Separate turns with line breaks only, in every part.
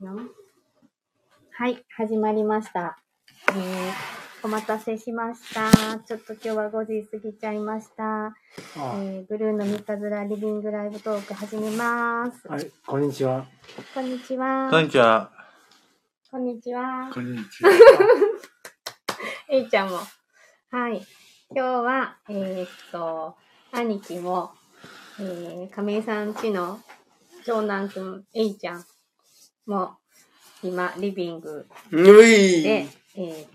よはい、始まりました。えー、お待たせしました。ちょっと今日は5時過ぎちゃいました。
あ
えー、ブルーの三日面リビングライブトーク始めます。
はい、こんにちは。
こんにちは。
こんにちは。
こんにちは。
こんに ちは。
えいちゃんも。はい。今日は、えー、っと、兄貴も、えー、亀井さんちの長男くん、えいちゃんも、今、リビング
うい
で、えーっ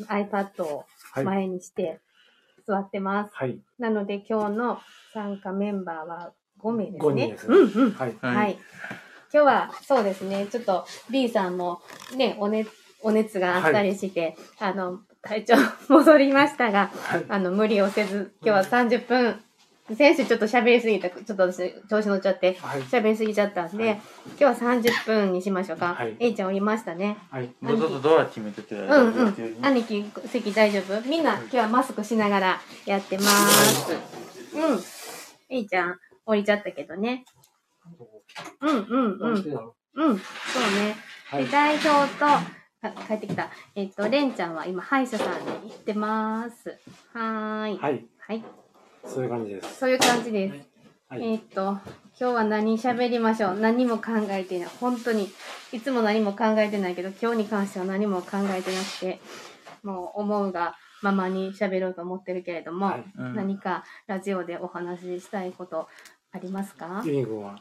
と、iPad を前にして座ってます。
はい、
なので、今日の参加メンバーは5名です
5人
ね。
ですね。
うんうん。
はい。
はい、今日はそうですね、ちょっと B さんもね、おねお熱があったりして、あの、体調戻りましたが、
はい。
あの、無理をせず、今日は30分、先週ちょっと喋りすぎた、ちょっと私調子乗っちゃって、
はい。
喋りすぎちゃったんで、
はい
今日は30分にしましょうか。
はい
えいちゃんおりましたね。
はい。
もうちょっとドア決めてて。う
うんうん。兄貴、席大丈夫みんな今日はマスクしながらやってます。うん。えいちゃん、降りちゃったけどね。うんうんうん。うん、そうね。
はい
で、代表と、あ帰ってきた。えっ、と、レンちゃんは今、歯医者さんに行ってます。はーい。
はい。
はい。
そういう感じです。
そういう感じです。
はい
えっ、と、今日は何喋りましょう。何も考えていない。本当に。いつも何も考えてないけど、今日に関しては何も考えてなくて、もう思うがままに喋ろうと思ってるけれども、
はい。
うん
何かラジオでお話ししたいことありますか
ユニ君は。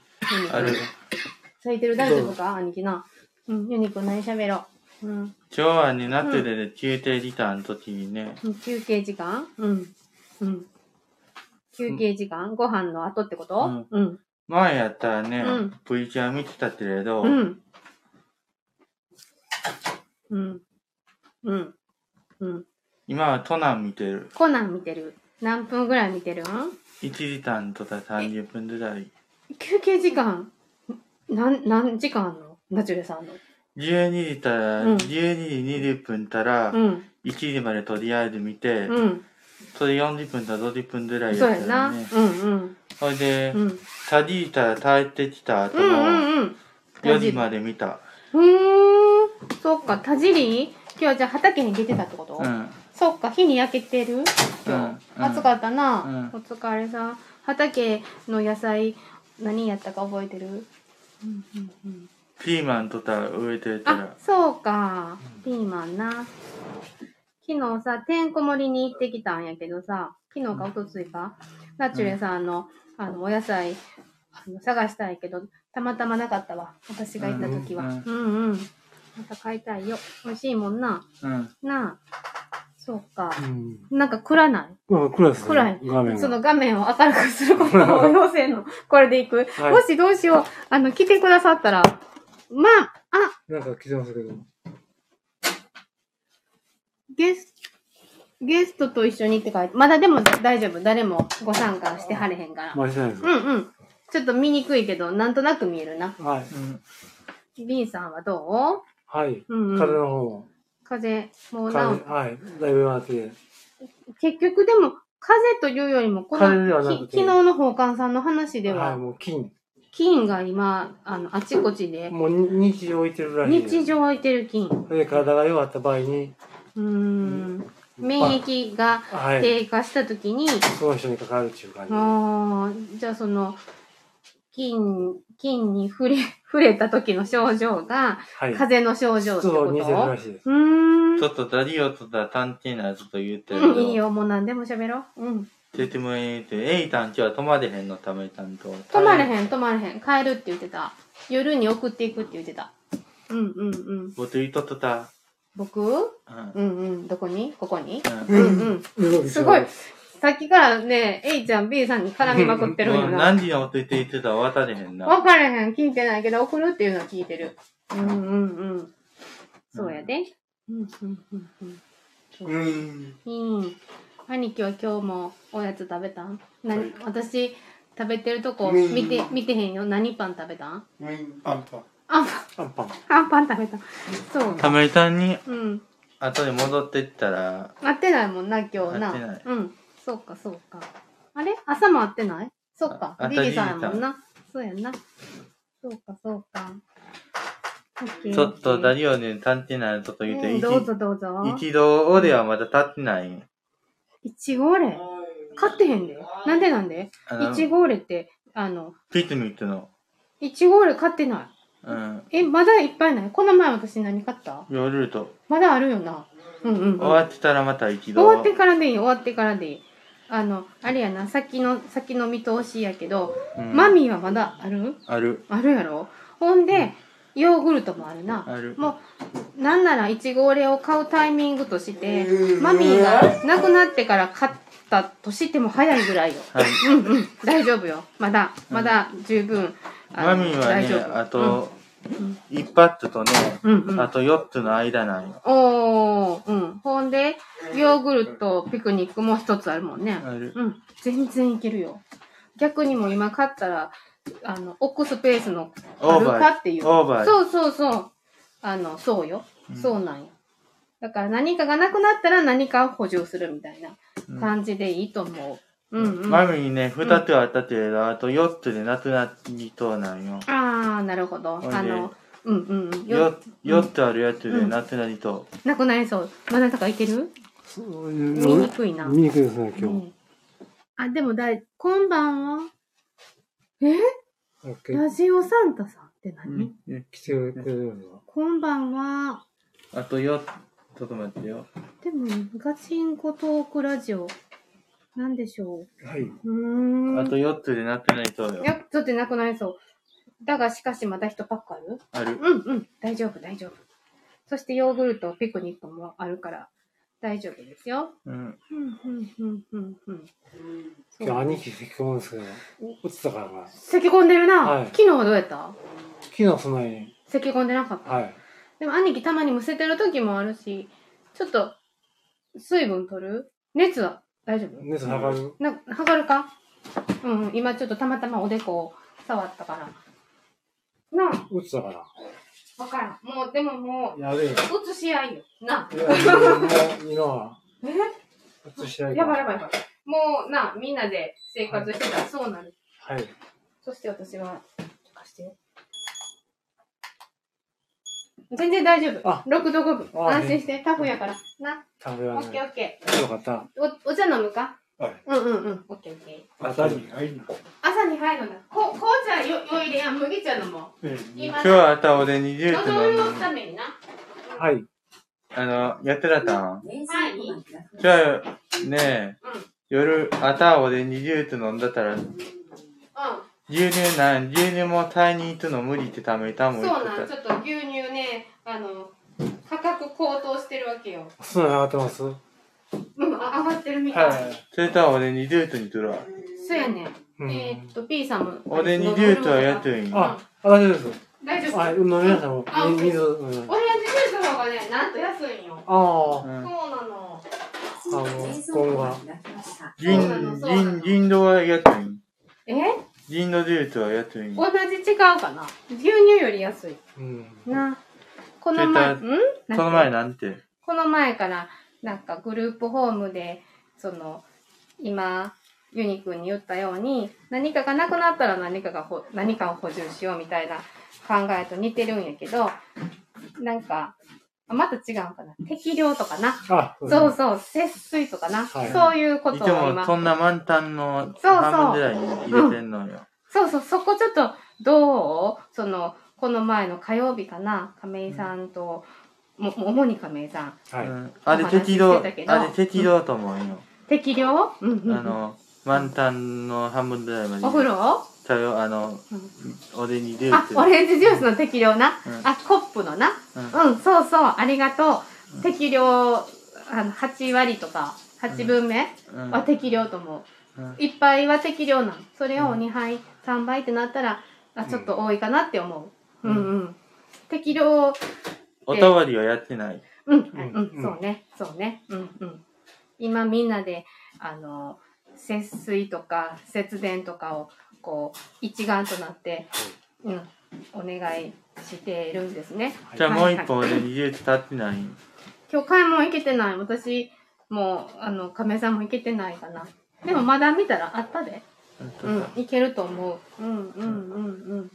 あれ、
咲いてる大丈夫か兄貴な。うん、ユニコ何喋ろう。うん。
今日はね、ナトゥレで宮廷リターンの時にね、
休憩時間うん。うん。休憩時間、ご飯の後ってことうん。
前やったらね、
うん
V チャー見てたけれど、
うん。うん。うん。うん。
今はトナン見てる。
コナン見てる。何分ぐらい見てるん
1時間とか30分ぐらい。
休憩時間なん、何時間あんのナチュレさんの。
12時から、
うん
12時20分から
う、ん。
1時までとりあえず見て、
うん。
それ40分から50分ぐらい
そう
やっ
や
た
な。
ら
う
ね。
んうん。
それで
う、ん。
タディータら帰ってきた後
うんうん
も、
うん。
4時まで見た。
ふーん。そっか、田尻今日はじゃあ畑に出てたってこと、
うん。
そっか、火に焼けてる今日、
うん
暑かったな、
うん
お疲れさん。畑の野菜、何やったか覚えてる、うんうんうん、
ピーマンとか植えてた
あ
ら、、
そうか。ピーマンな。昨日さ、てんこ盛りに行ってきたんやけどさ、昨日かおとついか、ナチュレさんの、あの、お野菜、あの探したいけど、たまたまなかったわ。私が行った時は。うんうん。また買いたいよ。美味しいもんな。
うん。
なあ。そうか。
うん。
なんか暗ない
まあ、暗いですね。
暗い
画面
その画
が。
面を明るくすることを要請の、これでいく。
はい
もしどうしよう、あの、来てくださったら、まあ、あ、
なんか来てますけど。
ゲスト、ゲストと一緒にって書いて、まだでも大丈夫。誰もご参加してはれへんから。
まあ、してないです
う。んうん。ちょっと見にくいけど、なんとなく見えるな。
はい。
うん。
B さんはど
はい。
ううん、う
風
ん。
の方も。
風、もう
風、
なお、
はい。だいぶ回って。
結局でも、風というよりも、こ
風ではな
の、
く
き
て
昨日の奉還さんの話で
はい、
は、
もう金。
金が今、あの、あちこちで、
もう日常置いてるらしいです。
日常空いてる金。
それで体が弱った場合に、
うーん免疫が
はい。
低下した時に、
その人にかかるっていう感じで。
あーじゃあその菌菌に触れ 触れた時の症状が
はい。
風邪の症状って
湿
こ
度
と
を似てるらしいです。
うーん
ちょっとダリオとか探偵なやつと言って
う
る
んいい
けど、
よもう何でも喋ろう、うん、
出てもええって、エイタン今日は泊まれへんのためたんと。
止まれへん止まれへん帰るって言ってた夜に送っていくって言ってたうんうんうん
僕言っとっとった。
僕
うん。
うんうんどこにここに
う
うんうん
動き
すごいさっきからね A ちゃん B さんに絡みまくって
ん
るん
も
よ
う
な
何時のこと言って言ってたら渡れへん
わ
な。
かれへん、聞いてないけど、送るっていうのは聞いてる。うんうんうん。そうやで。うんうんうん
うん。
うん。うん。兄貴は今日もおやつ食べたんな、
はい
私、食べてるとこ
うん
見て、見てへんよ。何パン食べたん
ウィンパンパン。
あん
アンパン。
パン、あんパン食べた。そう。
ためたんに
うん。
後で戻ってったら、
会ってないもんな、今日な。
会ってない
うん。そうか、そうか。あれ朝も会ってないそっか
あ。あ
リ
た
リさんや
リリ
もん
さ
な。そうやんな。そうか、そうか。 OK
ちょっとダリオね、足ってないこと言うて、
うん
一
どうぞどうぞ。
一度俺はまだ足ってない。
いちごオレ買ってへんで。なんでなんで
あ
い
の
ちごオレって、あの、
ピクニックの。
いちごオレ買ってな
うん。
い。え、まだいっぱいないこの前私何買った
ヨーグルト。
まだあるよな。うんうん、うん。
終わってたらまた一度。
終わってからでいい、終わってからでいい。あの、あれやな、先の、先の見通しやけど、
うん
マミーはまだある
ある。
あるやろほんで、ヨーグルトもあるな。
ある。
もう、なんならいちごオレを買うタイミングとして、
うん
マミーが亡くなってから買ったとしても早いぐらいよ。
はい。
うんうん、大丈夫よ。まだ、まだ十分。あ
マ
の
ミーは
大
ね
丈、夫
あと、一パットとね、
うんうん
あと4つの間なんよ。
おー、うん。ほんで、ヨーグルト、ピクニックも一つあるもんね。
ある。
うん。全然いけるよ。逆にもう今買ったら、あの、置くスペースのあ
オー
る
バ
か
ー。
っていう。
オーバー
そうそうそう。あの、そうよ。
うん
そうなんよ。だから何かがなくなったら何かを補充するみたいな
うん
感じでいいと思う。うんうん。
マ
あ
ミーね、2つはあったけれど、あと4つでなくなりそうなんよ。
ー、なるほど。
ほいで
あの、うんうんうん。よ
よ4つあるやつでなくなりそ
なくなりそう。まだとかいける
そうい
見
う
に
の
くいな。
見にくいですね、
う
今
んあ、でもだい、こんばんは。え
日。オッケー
ラジオサンタさんって
う。
何、
うん
来てくれるのは
こんばんは。
あと4つ、ちょっと待ってよ。
でも、ガチンコトークラジオ。なんでしょ
はい。
う。うーん。
あと4つでなくなりそうよ
い。や、ちょっとなくなりそう。だが、しかしまた一パックある
ある。
うんうん。大丈夫、大丈夫。そして、ヨーグルト、ピクニックもあるから、大丈夫ですよ。
うん。
うん、うん、うん、うん、うん。
今日兄貴咳込むんですけど、落ちたからな。
咳込んでるな。
はい
昨日はどうやった
昨日そんなに。
咳込んでなかった。
はい。
でも兄貴たまにむせてる時もあるし、ちょっと、水分取る熱は大丈夫
熱測る。
な、測るかうん、今ちょっとたまたまおでこを触ったから。なあ、
落ちたから。
わからん。もう、でももう、
やべえ。いや、
うつし合いよ。な
今、今は、
あ。
映してな
え
い
や
から
ばいやばいやばい。もう、なあ、みんなで生活してたらそうなる。
はい。
そして私は、貸してよ。全然大丈夫。
あ
6度5分。
あ
安心して。タフやから。な。
食べら
オ
れ
ッケーオッケー。
ない。よかった。
お、お茶飲むか
はい。
うんうんうん。オッケーオッケー。
当たり。はい。
朝に入るんだ。こ、紅茶よ、よいでやん。麦茶飲もう。
今
今
日
な、
はあた俺にジュース
喉
飲
潤
ん
す
で
ためにな。
はい。
あの、やってらたん。
はい。
じゃあ、ねえ、
うん。うん。
夜、あた俺にジュース飲んだったら、牛乳なん、牛乳も買いに行くの無理ってためたもん言っ
そう
て
なん、ちょっと牛乳ね、あの、価格高騰してるわけよ。
そんなに上がってますは
うん、あ上がってるみたい。
それとは俺にジュースにとるわ。
そうやねん。
うん
えーっと、P さんも。
俺にジュースはやってるん
い。
よ。
あ、あ大丈夫です。
大丈夫。
あ、
オレン
飲みましたも
あ
ん。み水。うん。あ
ジジュースの方がね、なんと安いんよ。
あ。
そう
うん
なの。
あの、今後は。
そうなの
銀、
そうな
銀
の、
銀道はやってるん。
え
銀道ジュースはやってるんよ。
同じ違うかな牛乳より安い。
うん。
な。この前、ん
絶その前なんて。
この前から、なんかグループホームで、その、今、ユニくんに言ったように、何かがなくなったら何かがほ、何かを補充しようみたいな考えと似てるんやけど、なんか、あまた違うんかな。適量とかな。
あ、です
そうそう、節水とかな。
はい
そういうこ
い
とを
つも
今。
そんな満タンの
そう
半分ぐらいに入れてんのよ。
そうそう、そこちょっと、どうその、この前の火曜日かな、亀井さんと、も、も主に亀井さん。
は
う
い。
んあれ
お話し
適量、
し
あ
てたけ
れ
ど
適量と思うよ。
適量うんうんうん。
あの、満タンの半分ぐらいまで。
お風呂
ちゃうよあの
うん、
おでにジュー
あ
ス。、
オレンジジュースの適量な。
うん
あ、コップのな。うん、そうそう、ありがとう。適量、あの、8割とか、8分目
うんうん
は適量と思う。
うん
一杯は適量なん。それを2杯、3杯ってなったら、あ、ちょっと多いかなって思う。う
うん
んうん。適量、
おたわりはやってない。
うん、うん
ん、
うん、そうね、そうね。うん、うん。今みんなで、あの、節水とか節電とかを、こう、一丸となって、うん、お願いしているんですね。
はい
じゃあもう
は
一
い
本おでにジュース立ってない。
今日買い物行けてない。私、もう、あの、亀さんも行けてないかな。でもまだ見たらあったで。
うん
うん、行けると思う。うん、うん、うん、うん。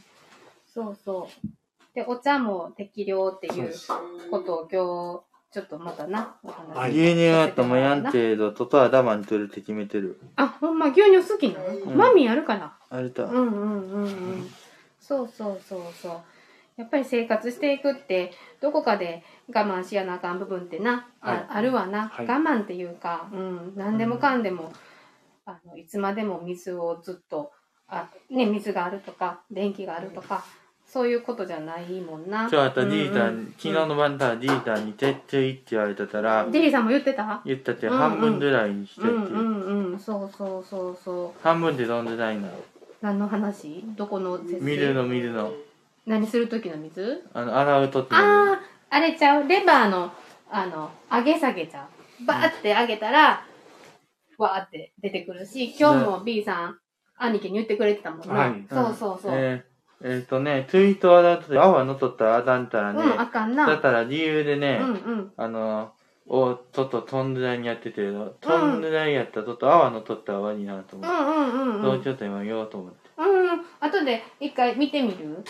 そうそう。で、お茶も適量っていう
そ
ことを今日、ちょっとまたな、お話し
はい
牛乳はともやん程度ととはダマにとるって決めてる。
あ、ほんま牛乳好きなの、
ん
マミーやるから。
あれだ。
うんうんうんうん。そうそうそうそう。やっぱり生活していくって、どこかで我慢しやなあかん部分ってな、
はい
ああるわな、
はい
我慢っていうか、うん、何でもかんでも、あのいつまでも水をずっと、あね、水があるとか、電気があるとか、そういうことじゃないもんな。
今日あったリーダーに、
うんうん
昨日の晩だリーダーに徹底って言われたから、
デリーさんも言ってた
言ったって
うんうん
半分ぐらいにしてっ
う
て、
んうんうん、そうそうそうそう。
半分で飲んでないな。
何の話どこの節
見るの見るの。
何する時の水
あの、洗うとって
あああれちゃうレバーのあの上げ下げちゃうバーって上げたら、わーって出てくるし今日も B さん、兄貴に言ってくれてたもんな、
はい
そうそうそう、
えーえっ、とね、ツイート洗うとって、泡のとったらあだんたらね、
うんあかん
だ
な
ったら理由で
う
ね、
んうん
あの、おちょっとトンネルにやってて、トンネルにやったらちょっと泡のとったら輪になると思
う
って、
んうんうんう
ど
ん
うちょっと今言おうと思って。
うん、後で一回見てみる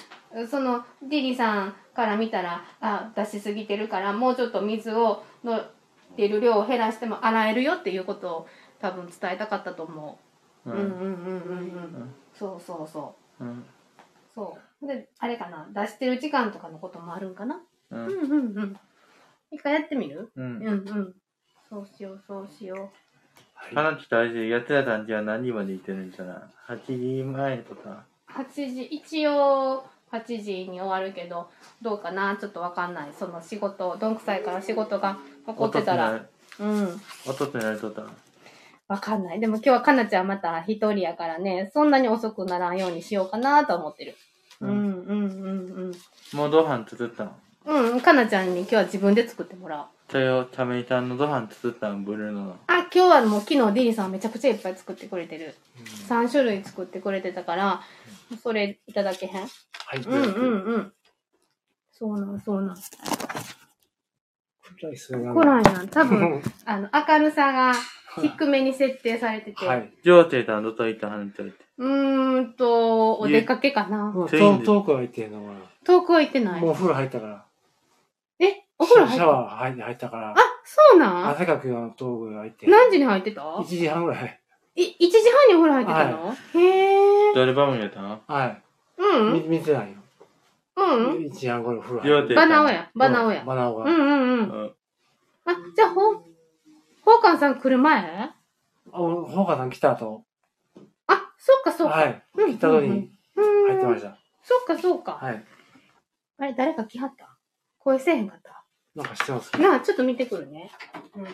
そのディリさんから見たらあ出しすぎてるからもうちょっと水をの出る量を減らしても洗えるよっていうことを多分伝えたかったと思う、うん、うんうんうんうん、
ん
そうそうそう
うん。
そうであれかな出してる時間とかのこともあるんかな、
う
うんん、うんうん一回やってみる
う
うんんうんそうしようそうしよ
はい
話とあれで、やつらさんちは何時まで行ってるんじゃない ?8 時前とか。
う8時一応8時に終わるけどどうかなちょっとわかんないその仕事どんくさいから仕事が残ってたらうん
音ってなるとった。
わかんないでも今日はかなちゃんまた一人やからねそんなに遅くならんようにしようかなと思ってる、う、
うんん
うんうんうん
もうご飯作ったの。
うんかなちゃんに今日は自分で作ってもらおう
それをためいたんのご飯作ったの、ブルーノの。
あ今日はもう昨日ディリさんめちゃくちゃいっぱい作ってくれてる3種類作ってくれてたからそれいただけへん
はい。
うん
は
う
い。
んうんそうなんそうなん
暗いですね。
古来なん多分
は
あの明るさが低めに設定されてて、
い。
上手たんどといたはんといて。
うーんとお出かけかな
もう
全員
遠
で
遠く空いてるのは、
遠くは行ってない
もうお風呂入ったから。
えお風呂
シ
入っ
ャシャ
た
ワー入入ったから
あ、そうなん
汗かくような遠く空いて。
何時に入ってた
?1 時半ぐらい。
い ?1 時半にお風呂入ってたの、へえ
誰バムやったの
はい。
うん
み見てないよ。
うん
1時半ごろ風呂
上
入
手
る。
バナオやバナオや
うんバナオ
う
が。
んうんう
うんん。
あじゃあほほうかんさん来る前
あ、ほうかさん来た後。
あ、そっかそっか。
はい。
うん
来た後
うん
に
うん
入ってました。
そっかそっか。
はい。
あれ、誰か来はった声せえへんかった
なんかしてます。
なあ、ちょっと見てくるね。うん。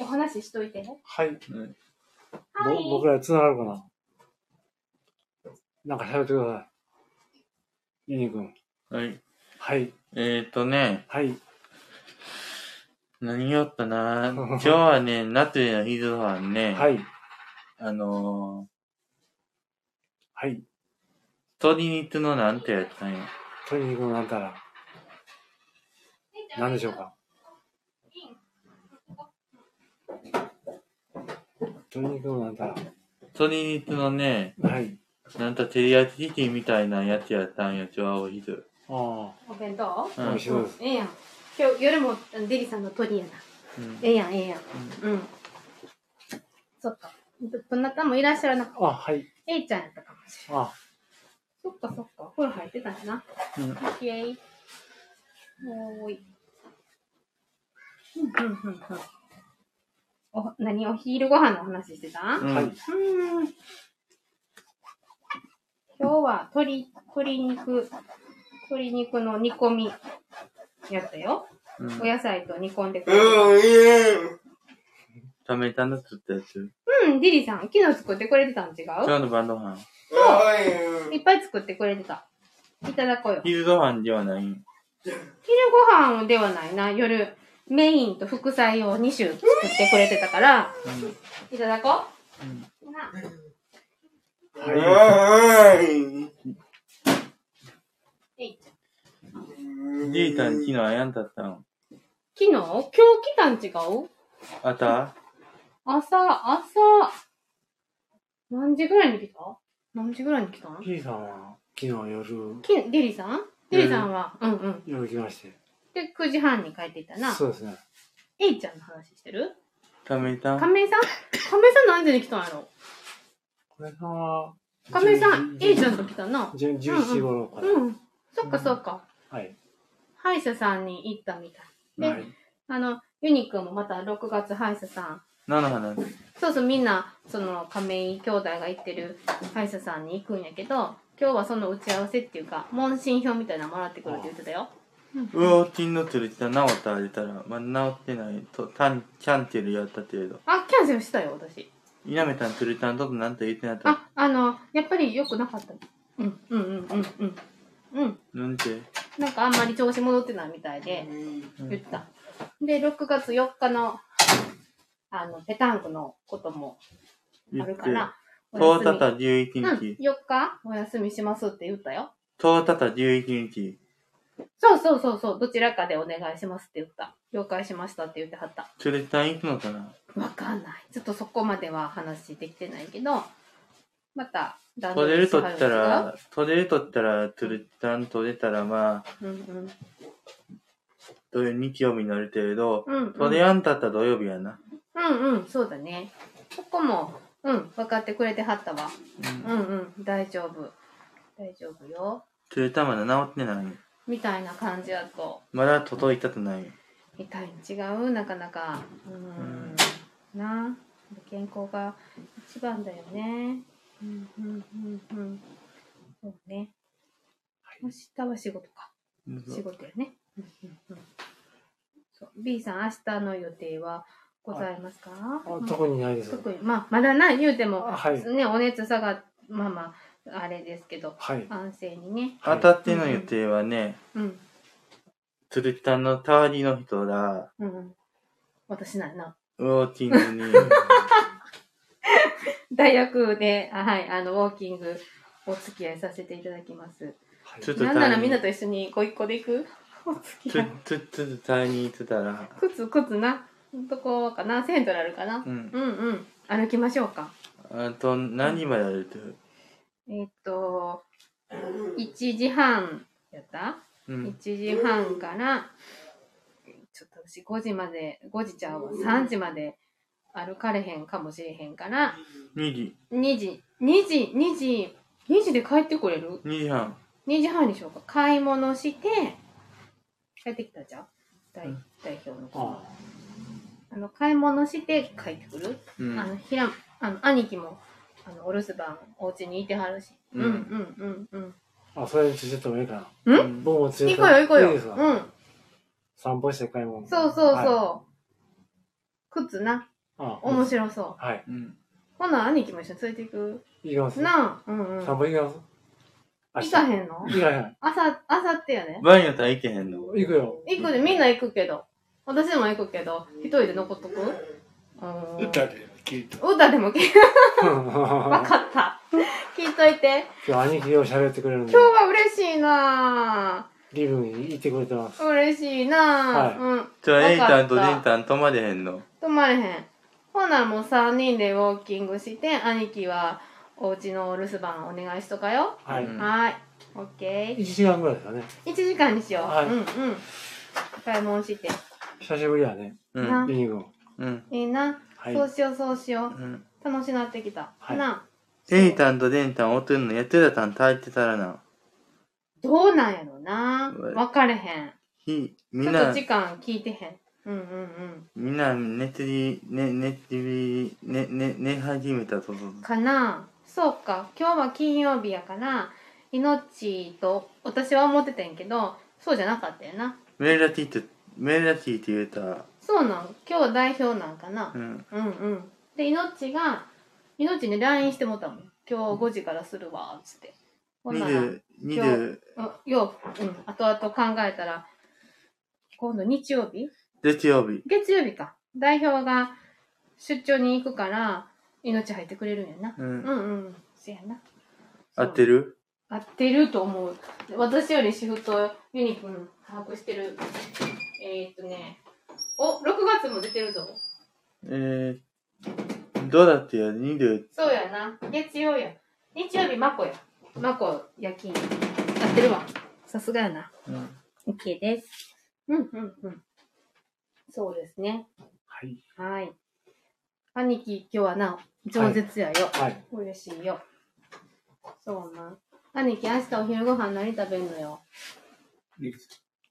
お話ししといてね。
はい。
うん
は
ぼ僕
い。
らで繋がるかななんか喋ってください。ユニくん。
はい。
はい。
えっ、ー、とね、
はい。
何よっ たな今日はね、夏や昼ご飯ね、
はい。
あの
はい。
ー、鶏肉のなんてやったんや。
鶏肉のなんたら、なんでしょうか鶏肉のなんたら。
鶏肉のね、
はい。
なんと照り焼きチキンみたいなやつやったんや、今日はお昼。
あ
お弁当
う
あ、美
ん
味しそうです。
ええやん。今日夜もデリさんの鳥やな。
うん
ええやん、ええやん。うん。そっか。どどなたもいらっしゃらなかっ
あ、はい。
た。えいちゃんやったかもしれん。
あ、
そっかそっか。お風呂入ってたんやな。
うん
オッケー。おーい。うんうんうんうん。お、何お昼ご飯の話してたう
うん
はい。
ーん。今日は鶏、鶏肉、鶏肉の煮込みやったよ。
う
お
ん。
野菜と煮込んでくれた
うん、いいためたの作ったやつ。
うん、リリーさん、昨日作ってくれてたん違
今日の晩ご飯。
ういっぱい作ってくれてた。いただこうよ。
昼ご飯ではないん。
昼ご飯ではないな、夜、メインと副菜を2種作ってくれてたから、いただこう。なえい
うん。じいたん昨日あやんだったの。
昨日今日来たん違う
あった
朝、朝、何時ぐらいに来た何時ぐらいに来たん
ピーさんは昨日夜、
きデリさんゆりさんは、うんうん。
夜来まして。
で、9時半に帰っていったな。
そうですね。
えいちゃんの話してる
亀井さん
亀井さん亀井さん何時に来たんやろ
これが、
亀井さん、えいちゃんと来たな。
10 11時頃から。
うん。そっかそっか。
はい。
歯医者さんに行ったみたい。で
はい。
あの、ユニくんもまた6月歯医者さん。
何の話
そうそう、みんな、その、亀井兄弟が行ってる歯医者さんに行くんやけど、今日はその打ち合わせっていうか、問診票みたいなのもらってくるって言ってたよ。
うお気になってる治ったあげたらまあ治ってないとたんキャンテルやった程度
あ、キャンセルしたよ、私。
いなめたんつるたんととなんと言ってなった
あ、あの、やっぱり良くなかった。うん、うん、うん、うん、うん。うん。
なんて
なんかあんまり調子戻ってないみたいで、言った。で、6月4日の、あの、ペタンクのことも
言
あ
っ
る
て
から、お
とう
休
た
み
た11
うん、4
日
日お休みしますって言ったよ。
とうたた11日
そうそうそうそう、どちらかでお願いしますって言った。了解しましたって言ってはった。
つるたん行くのかな
わかんない。ちょっとそこまでは話できてないけど、また、段
取れるとった
違う、
ら取れるとったらつるたん取れたらまあ
うんうん。
土曜日曜日になる程度
うん、うん。
取れやんたった土曜日やな
うんうん、そうだね。ここも、うん、分かってくれてはったわ。うんうん、大丈夫。大丈夫よ。
つるたんまだ治ってない
みたいな感じやと、
まだ届いたとない
みたいに違う、なかなか。うん。な健康が一番だよね。うんうんうんうん。そうね。明日は仕事か。仕事やね。うんうんうん。そう。B さん、明日の予定はございますか、
あ
うん
特にないです。
特に、まあ、まだな、言うても、
あはい。
ね、お熱下がっ、まあまあ、あれですけど、
はい。
安静にね。
当たっての予定はね
うん、
つるたんの代わりの人ら
うん。私ないな。
ウォーキングに
大学で、あはい、あの、ウォーキング、お付き合いさせていただきます。
はい
ちょっと
なんならみんなと一緒に、ご一個で行くお付き合
つ
い。
つつつタイに行ってたら
靴、靴な。どこかなセントラルかな、
うん
うん、うんうん歩きましょうか。
あと何時までやるという
えーっ、と、1時半やった
うん
1時半から、ちょっと私5時まで、5時ちゃうわ、3時まで歩かれへんかもしれへんから、
2時
2時、2時、2時、2時で帰ってこれる
2時半
?2 時半にしようか。買い物して、帰ってきたじゃん代
うん
代表の子
あ
あの、買い物して帰ってくる、
う
あ
ん
の、ひら、あの、兄貴も、あの、お留守番、お家にいてはるし。う
うんん
うんうんうん。
あ。あ、それに連れてってもいいかな。
うん
うん
僕も連れ
行
て
こうよ行こうよ。
いいですか、
うん。
散歩して買い物。
そうそうそう。
はい
靴な。
ああ
面白そう。
はい。
うん
ほな、兄貴も一緒に連れて行
行きます。
く。なあ。うんうん。
散
行
歩行きます
か
ん。
へんの
行かへん。
朝、朝ってやね。
場合によっては行けへんの
行くよ。
行くで、みんな行くけど。私も行くけど、一人で残っとくうん
歌で聞いた。
歌でも聞いわ
今
かった。聞いといて。
日兄貴よう喋ってくれるんで
今、日は嬉しいな
リビングに行ってくれてます。
あ嬉しいなあ、
はい
うん。
じゃあ
わ
A
かった
んと D たん泊まれへんの
止まれへん。ほな、もう3人でウォーキングして、兄貴はお家のお留守番お願いしとかよ。
はい。
うん
はーい。オッケー
1。時間ぐらいですかね。
1時間にしよう、
はい
うんうん買い物して、
久しぶりやね。
うん
リビングも。
うん
いいな、
はい。
そうしようそうしよ
うん
う楽しなってきた、
はい
な
A たんと D たんおとんのやってたたん炊いてたらな
どうなんやろな
はい
分かれへん
ひみ
ちょ
ん
っと
な
時間聞いてへんうんうんうん
みんな寝てり寝寝てり寝寝寝始めたとと
かなそうか今日は金曜日やから命と私は思ってたんやけどそうじゃなかったよな
メラティってメラティって言うたら
そうなん今日は代表なんかな
う、ん
うん、うんで命が命に LINE してもうたもん今日5時からするわっつってほんなら
20 20
あよう、うん、後々考えたら、今度日曜日
月曜日
月曜日か。代表が出張に行くから、命入ってくれるんやな。
う
うんんうん。せやな。
合って
る
る
合ってると思う。私よりシフト、ユニくん把握してる。えー、っとね、お、6月も出てるぞ。
えー、どうだってや20
そうやな。月曜や。日曜日、マコや。マコ夜勤。合ってるわ。さすがやな。
うん。
OK です。うん、うん、うん。そうですね。
はい。
はい。兄貴、今日はな、饒舌やよ。
はい。
嬉しいよ。そうなん。兄貴、明日お昼ご飯何食べんのよ。
肉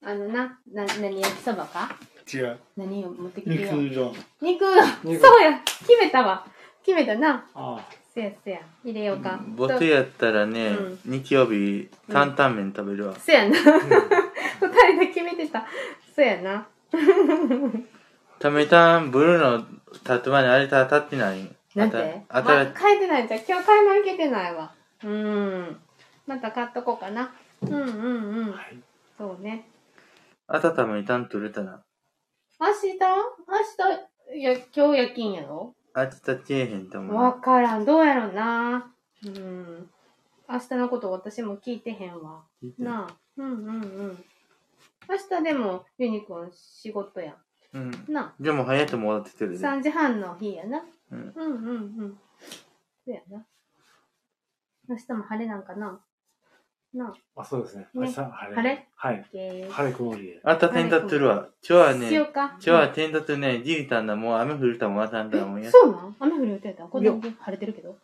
あのな、な、何焼きそばか
違う。
何を持ってきて
肉
よ。
うどん。
肉うどん
肉
そうや決めたわ決めたな。
あ
せやせや。入れようか。
ボテやったらね、
うん
日曜日担々麺食べるわ、
せやな。
あ。うん
二人で決めてた。そうやな。
ためたんブルーのタトゥーにあれた当たってない
なんて
あ
ま
たあ
だ
た
変えてないじゃん。今日買い物行けてないわ。うーん。また買っとこうかな。うんうんうん。
はい。
そうね。
あたためたん取れたな
明日明日、いや、今日夜勤やろ
あちたちえへんと思
わ
う
からん。どうやろな。うん。明日のこと私も聞いてへんわ。
聞いて
なあ。うんうんうん。明日でもユニコーン仕事や
うん
ん。な
でも早く戻ってきて
あ。
るで
3時半の日やな。
うん
うんうんうん。そうやな。明日も晴れなんかな。なあ。
あ、そうですね。明日、晴れ。
晴れ
はい。
OK
晴れ曇りで。
あた点立ってるわ今日はね
しよ
今
うか。
日は点立ってねじりたんだもう雨降るともわたんだもん
え
や
そうなん雨降る予定やったんこれ
い
晴れてるけど。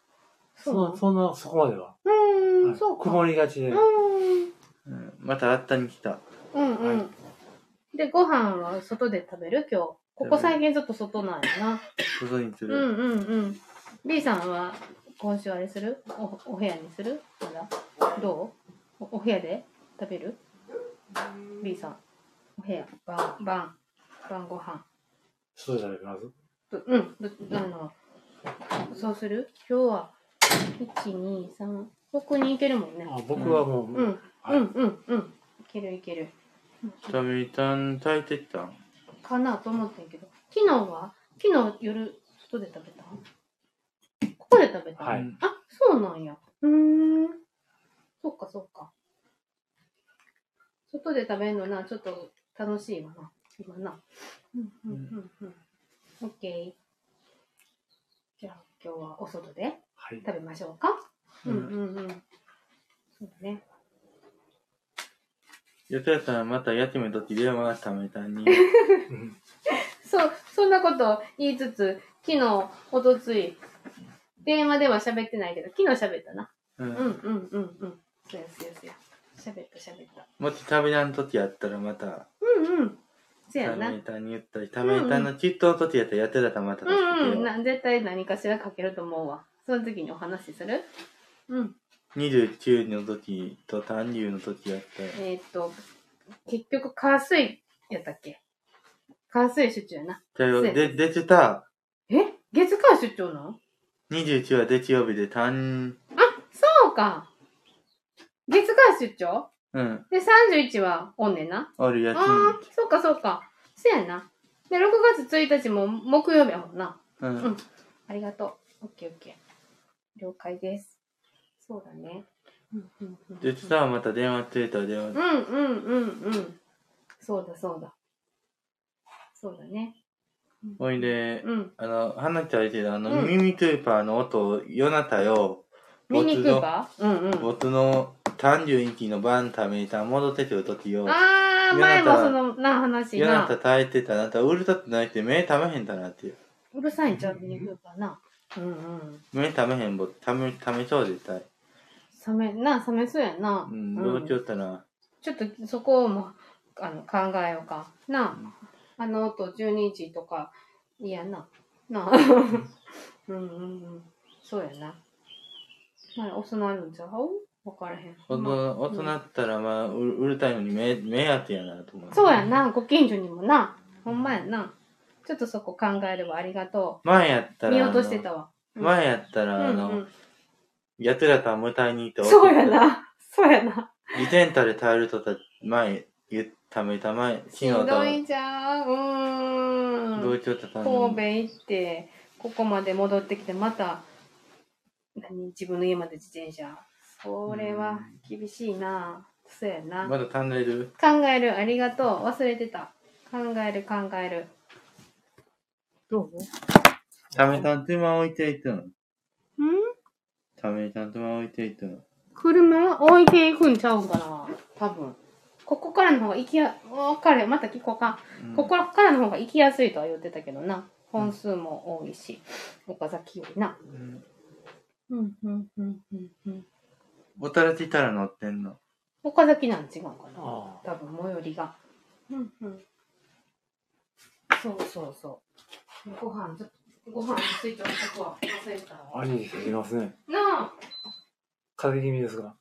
そ
そうなん
んな、そんな、そこまでは。
うー
は
ん、
い
そうか。
曇りがちで。
うん。
うん、またあったに来た
うんうん。
は
で、ご飯は外で食べる今日。ここ最近ちょっと外なんやな。
ことにす
うん
る、
うんうん。B さんは今週あれするおお部屋にするまだどうおお部屋で食べる ?B さん。お部屋、晩、晩、晩ご飯。
そうじゃないかな。
どうん、どあの、そうする今日は、1、2、3、6に行けるもんね。
あ僕はもう、
うん、
はい
うん、うん、うん。いけるいける。
ためたん炊いてったん
かなと思ってんけど。昨日は昨日夜、外で食べたここで食べた、
はい
うん
あ、そうなんや。うーん。そっかそっか。外で食べるのな、ちょっと楽しいわな。今な。うんうんうんうん。オッケー。じゃあ今日はお外で
はい。
食べましょうか。う
うんん
うんうん。そうね。
よとやったらまたやってみとって電話がためたんに
うん
そう、そんなこと言いつつ、昨日、おとつい、電話では喋ってないけど、昨日喋ったな。
う
うんんうんうんうん。そうやそうやそうや。喋った喋った。
もし食べらんときやったらまた、
うんうん。そうや
食
な
べ。たに言ったり、食べたのきっとのときやったらやってたらまた出して
うんう
く
ん
れよ。
な。絶対何かしら書けると思うわ。その時にお話しするうん。
29のときと30のときやったら、
えーっと、結局、火水やったっけ火水出張やな。
だよ
そうや
で、出てた。
え月火出張なの
29は月曜日で、たん、
そうか。月火出張
うん、
で、31はおんねんな。
あるや
ああ、そうかそうか。せやな。で、6月1日も木曜日やもんな。
つに。う
うん
ん。
ありがとう。オッケーオッケー。了解です。そうだね。うんうんうん
出てたらまた電話ついたら電話。
うんうんうんうん。そうだそうだ。そうだね。
ほいで、
うん。
あの、話ちゃいけど、あの、
うん
耳トゥーパーの音、夜なたよ、
見に行く
の、
かうんうん。
僕の31の晩食べた戻ってくるときよ。
ああ、前もそのな話
嫌な
な
た。耐えてたなたうるさくないって目ためへんだなっていう
うるさいんちゃう見に行くかな。うんうん。
目ためへんぼためためそう絶対
冷め、な、冷めそうやな。
うんどうしよったな、
ちょっとそこもあの考えようか。なあ、あの音12時とか、いやな。 なあ。うんうんうん。そうやな。まあ、遅なるんちゃうわからへん。
大人
ま
大人ったらまあううるさいのに目目当てやなと思う
あそうやな。ご近所にもな。ほんまやな。ちょっとそこ考えればありがと
前やった
う。
ら
見落としてたわ。
あの前やった
う
らあ
ん
の、
うん。
やつらとは無体にいて
そうやな。そうやな。
リテンタで耐えるとた前言っためた前昨
し
日
んど
と
いじゃん。うーん。
どうしよったた
神戸行ってここまで戻ってきてまた何自分の家まで自転車それは厳しいなそうやな、
まだ足んでる
考えるありがとう忘れてた考える考えるどう
ためたんとま置いていくの
ん
ためたんとま置いていくの
車置いていくんちゃうんかな多分ここからの方が行きや、分かるよ。また聞こうか。
うん
ここからの方が行きやすいとは言ってたけどな。本数も多いし、岡崎よりな。
うん
うん、うん、うん、うん、うん。
おたらティタラ乗ってんの
岡崎なん違うかな。
あ
多分最寄りが。うんうん。そうそうそう。ご飯ずご飯ついておくとは忘れてた
あ、
わ。
兄貴できますね。
なあ、
風邪気味ですが。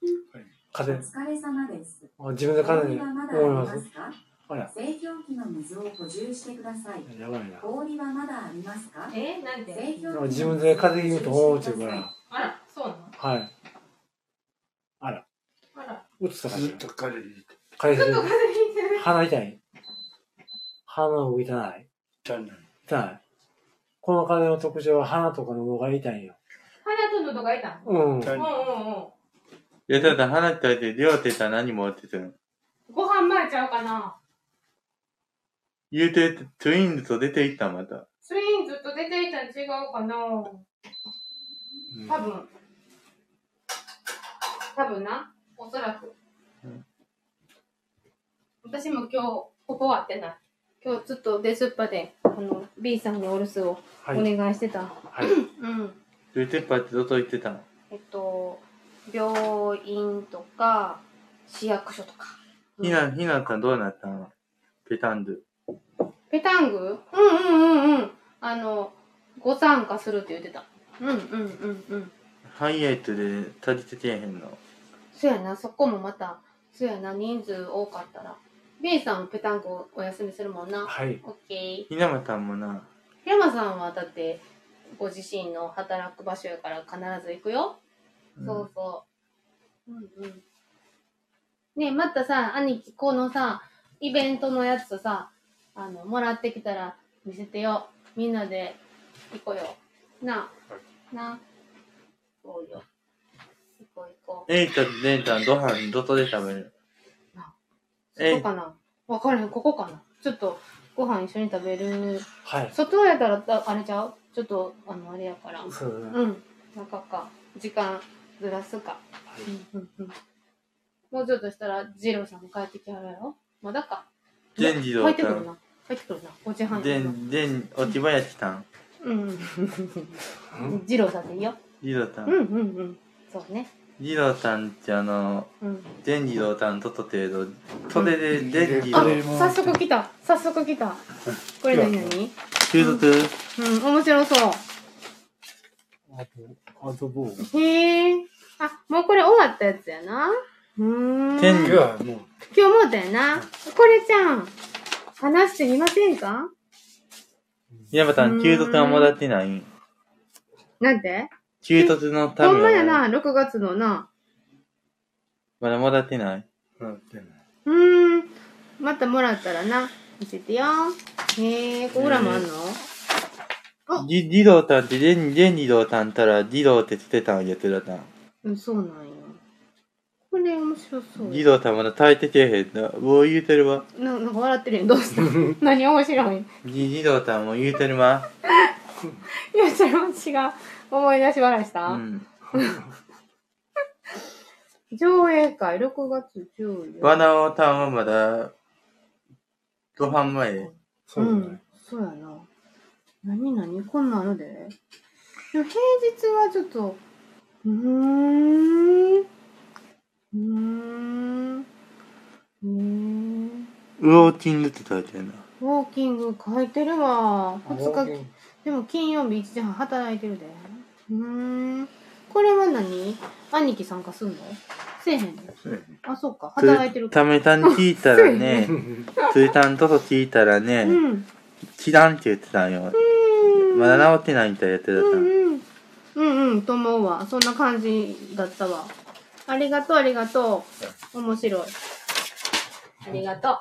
風
お
邪、
疲れ様です。
あ自分で風
氷
邪
はまだ
思い
あ
ま。
りますすか
あら、
製氷機の水を補充してください。
やばいな。
氷はまだありますか
えなん
製
で
氷機
で
の水を補充してくださ
も
い
自分で風邪気味と思うっていうから、
あら、そうなの
はい。あら、
あら。
うつったかし
ずっ
ら
と。彼にい
風
ちょっと
邪
風
で、
邪ひいてる。
鼻痛い。鼻の動いたない。
たのに。
痛い。この風邪の特徴は鼻とかの方が痛いよ。
鼻と喉が痛いた
うん。
痛い
うんうんうん。
いや、ただ花って言われて、両手たら何持ってての
ご飯前ちゃうかな
言うて、トゥインズと出て行ったまた。
スインずっと出ていたん違うかな多分。多分な。おそらく
うん。
私も今日、ここは会ってない。今日ずっと出ずっぱで、あの、B さんにお留守を
は
お
い。
願いしてた。
はい。
うん。
トゥイテッパーってどこ行ってたの
えっと、病院とか、市役所とか。
ひな、ひなたどうなったのペタンドゥ。
ペタングうんうんうんうん。あの、ご参加するって言ってた。うんうんうんうん。
ハイエイトで足りててへんの。
そやな、そこもまた、そやな、人数多かったら。B さんもペタンコお休みするもんな。
はい。
オッケー。
ひなまたんもな、
山さんはだって、ご自身の働く場所やから必ず行くよ。
うん
そうそう。うんうん。ねえ、またさ、兄貴、このさ、イベントのやつさ、あの、もらってきたら見せてよ。みんなで行こうよ。なあ。なあ。行こうよ。行こう行こう。
エイタとデンタはご飯どこで食べる
そこかなわからへん、ここかなちょっと、ご飯一緒に食べる。
はい。
外やったら、ああれちゃうちょっと、あの、あれやから。
そうだね。
うん。中か。時間ずらすか。
はい
うんうんうん。もうちょっとしたら、ジローさんも帰ってきはるやろまだか。
全自動
帰っ
だ
てくるな。帰ってくるな。5時半
で
やな。
ん、でん、落ち葉や来たん
うん。ジローさんでいいよ。
リロタ
うんう
ン。
んうん。そうね。
リロタンってあの、
うん。
全自動タンとと程度、とでで全自
あ、
あ
動。
れも
早速来た。早速来た。これ何何
中卒
うん、面白そう。
あと、あと棒。
へえ。あ、もうこれ終わったやつやな。うーん。
天
今
気
日はもう
今日もだよな。これちゃん、話してみませんか
ひなまたん、中卒はもらってないん
なんて
中卒のた
ほんま
め
や
は
な、6月のな。
まだもらってない。
なってないう
ーん。またもらったらな、見せてよ。へえ、ここらもあんのあ
リリロータンって、レン、レンリロータンたら、リローってつってたんやつだったん。
うん、そうなんよ。これ面白そう
リ
や。
ロータンまだ耐えててへんな。もう言うてるわ。
ななんか笑ってるやん、どうした何面白いん
リリロータンも言うてるわ。
いや、それも違う。思い出し笑いした、
うん。
上映会、6月14日。
バナオタンはまだ、ご飯前。
そうだね。。
そうやな。何何こんなのででも平日はちょっと、うーん。うーん。うーん
ウォーキングって書いてるな。
ウォーキング書いてるわ。2日、
日。
でも金曜日1時半働いてるで。うーん。これは何兄貴参加すんのせえへんのあ、そうか。働いてるか。
ためたん聞いたらね、 ついたんとと聞いたら
う
ね、
ん。
知らんって言ってたんよ。まだ治ってないんだやってだった。
うんんうん、うんうん、と思うわ。そんな感じだったわ。ありがとう、ありがとう。面白い。ありがと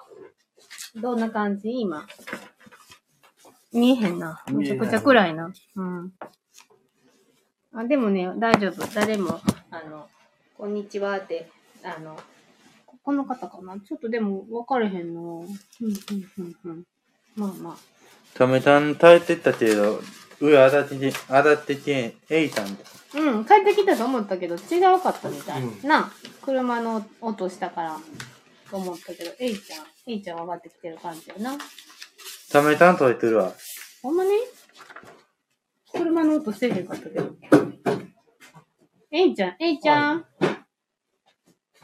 う。どんな感じ今。見えへんな。めちゃくちゃ暗いな。うん。あ、でもね、大丈夫。誰も、あの、こんにちはって、あの、この方かな。ちょっとでも分かれへんな。うん、うん、うん、うん。まあまあ。
ためたん耐えてったけど、上あだてて、あだってけ、えいたんだ。
うん、帰ってきたと思ったけど違うかったみたい。
う
なあ、車の音したから。と思ったけど、えいちゃん、えいちゃん上がってきてる感じやな。
ためたんといてるわ。
ほんまに車の音してへんかったけど。えいちゃん、えいちゃん。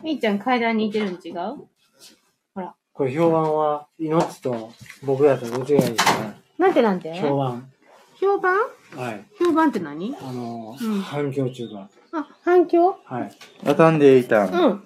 えいちゃん階段にいてるん違う
これ評判は、命と僕らとどっちがいいですか
なんてなんて
評判。
評判
はい。
評判って何
あの
うん
ー、反響中だ。
あ、反響
はい。
あたんでいたん。
うん。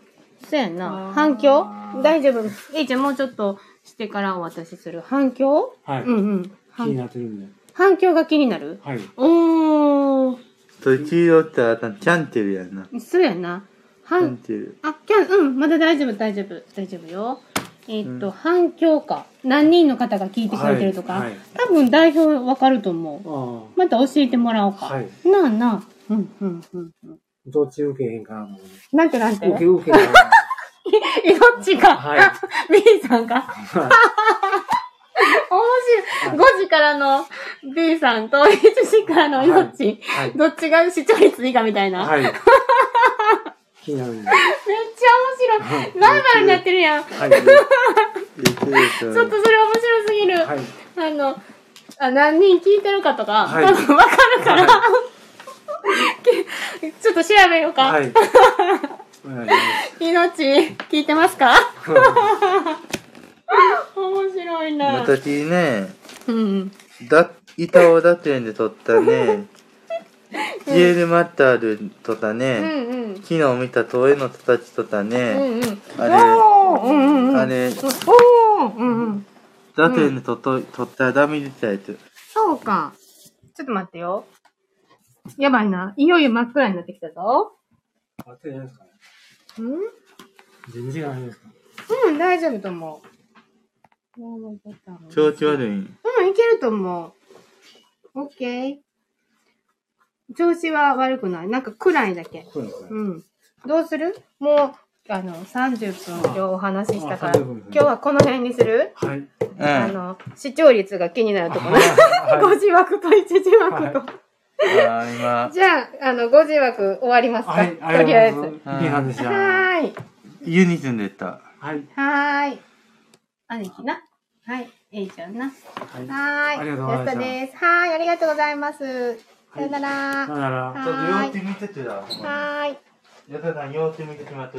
そうやな。反響大丈夫。えいちゃんもうちょっとしてからお渡しする。反響
はい。
うんうん。
気に
反
なってるんで。
反響が気になる
はい。
おー。
と、黄色ってあたん、キャンテルやんな。
そうやな。
キ
反、
ャンテル。
あ、キャン、うん、まだ大丈夫、大丈夫、大丈夫よ。えーっと、
うん
反響か。何人の方が聞いてくれてるとか。
はいはい
多分代表わかると思う。
あ
また教えてもらおう
あ。
か。
はい。
なあなあ。うん、うん、うん。うん
どっち受けへんかなと思って。
なんてなんて。
受け受けへんか
え、どっちか。
な。はい。
B さんか。面白い。5時からの B さんと1時からのよっち。
はい。
どっちが視聴率いいかみたいな。
はい。気になるんで。
めっちゃ面白い。ライバルになってるやん。ち
はい。
できる
ょっ
と
とそれ面白すぎる。
はい。
あの、あ何人聞いてるかとか、
はい
多分わかるから、け ちょっと調べようか。
はい。お願いし
命、聞いてますか 面白いな。
またきね、
うん。
だ、板尾打点で取ったね。ジエルマッタール取った
うん
ね。
うん。
昨日見た遠いのたたち取った
う
ね。
んうん。
あれ
おーうんうんうん。
あれ、
おーうんうん。
打点で取っと、取ったらダメ出たやつ。
そうか。ちょっと待ってよ。やばいな。いよいよ真っ暗になってきたぞ。
ます。合ってないですかね
うん
全然ないですか
うん、大丈夫と思う。うん、
調子悪いん。
いけると思う。オッケー。調子は悪くない。なんか暗いだけ。
そうですね。
うん。どうするもう、あの、30分今日お話ししたか
あ
ら、
30分
今日はこの辺にする
はい。
う
あ
ん。
の、視聴率が気になるところ。
は
5時枠と1時枠と。
あー今、
じゃあ、あの、5時枠終わりますか、
はい。
とりあえず。
りがとう
は
ございますいい話だ。
ーい。
ユニズンで言った。
はい。
はーい。兄貴な。はい。えいちゃんな。
はい。
はーい。
ありがとうござ
安
いました
田です。はーい。ありがとうございます。さよなら。
さ
は
よなら。
ちょっと
ー
用
い。
手見ててだ。ほんまに
はーい。
やだな、用手見てしまって。